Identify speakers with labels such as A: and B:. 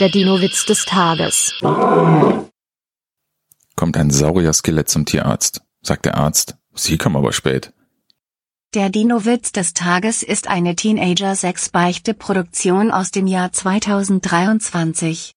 A: Der Dino-Witz des Tages.
B: Kommt ein Saurier-Skelett zum Tierarzt, sagt der Arzt. Sie kommen aber spät.
C: Der Dino-Witz des Tages ist eine Teenager-6-Beichte-Produktion aus dem Jahr 2023.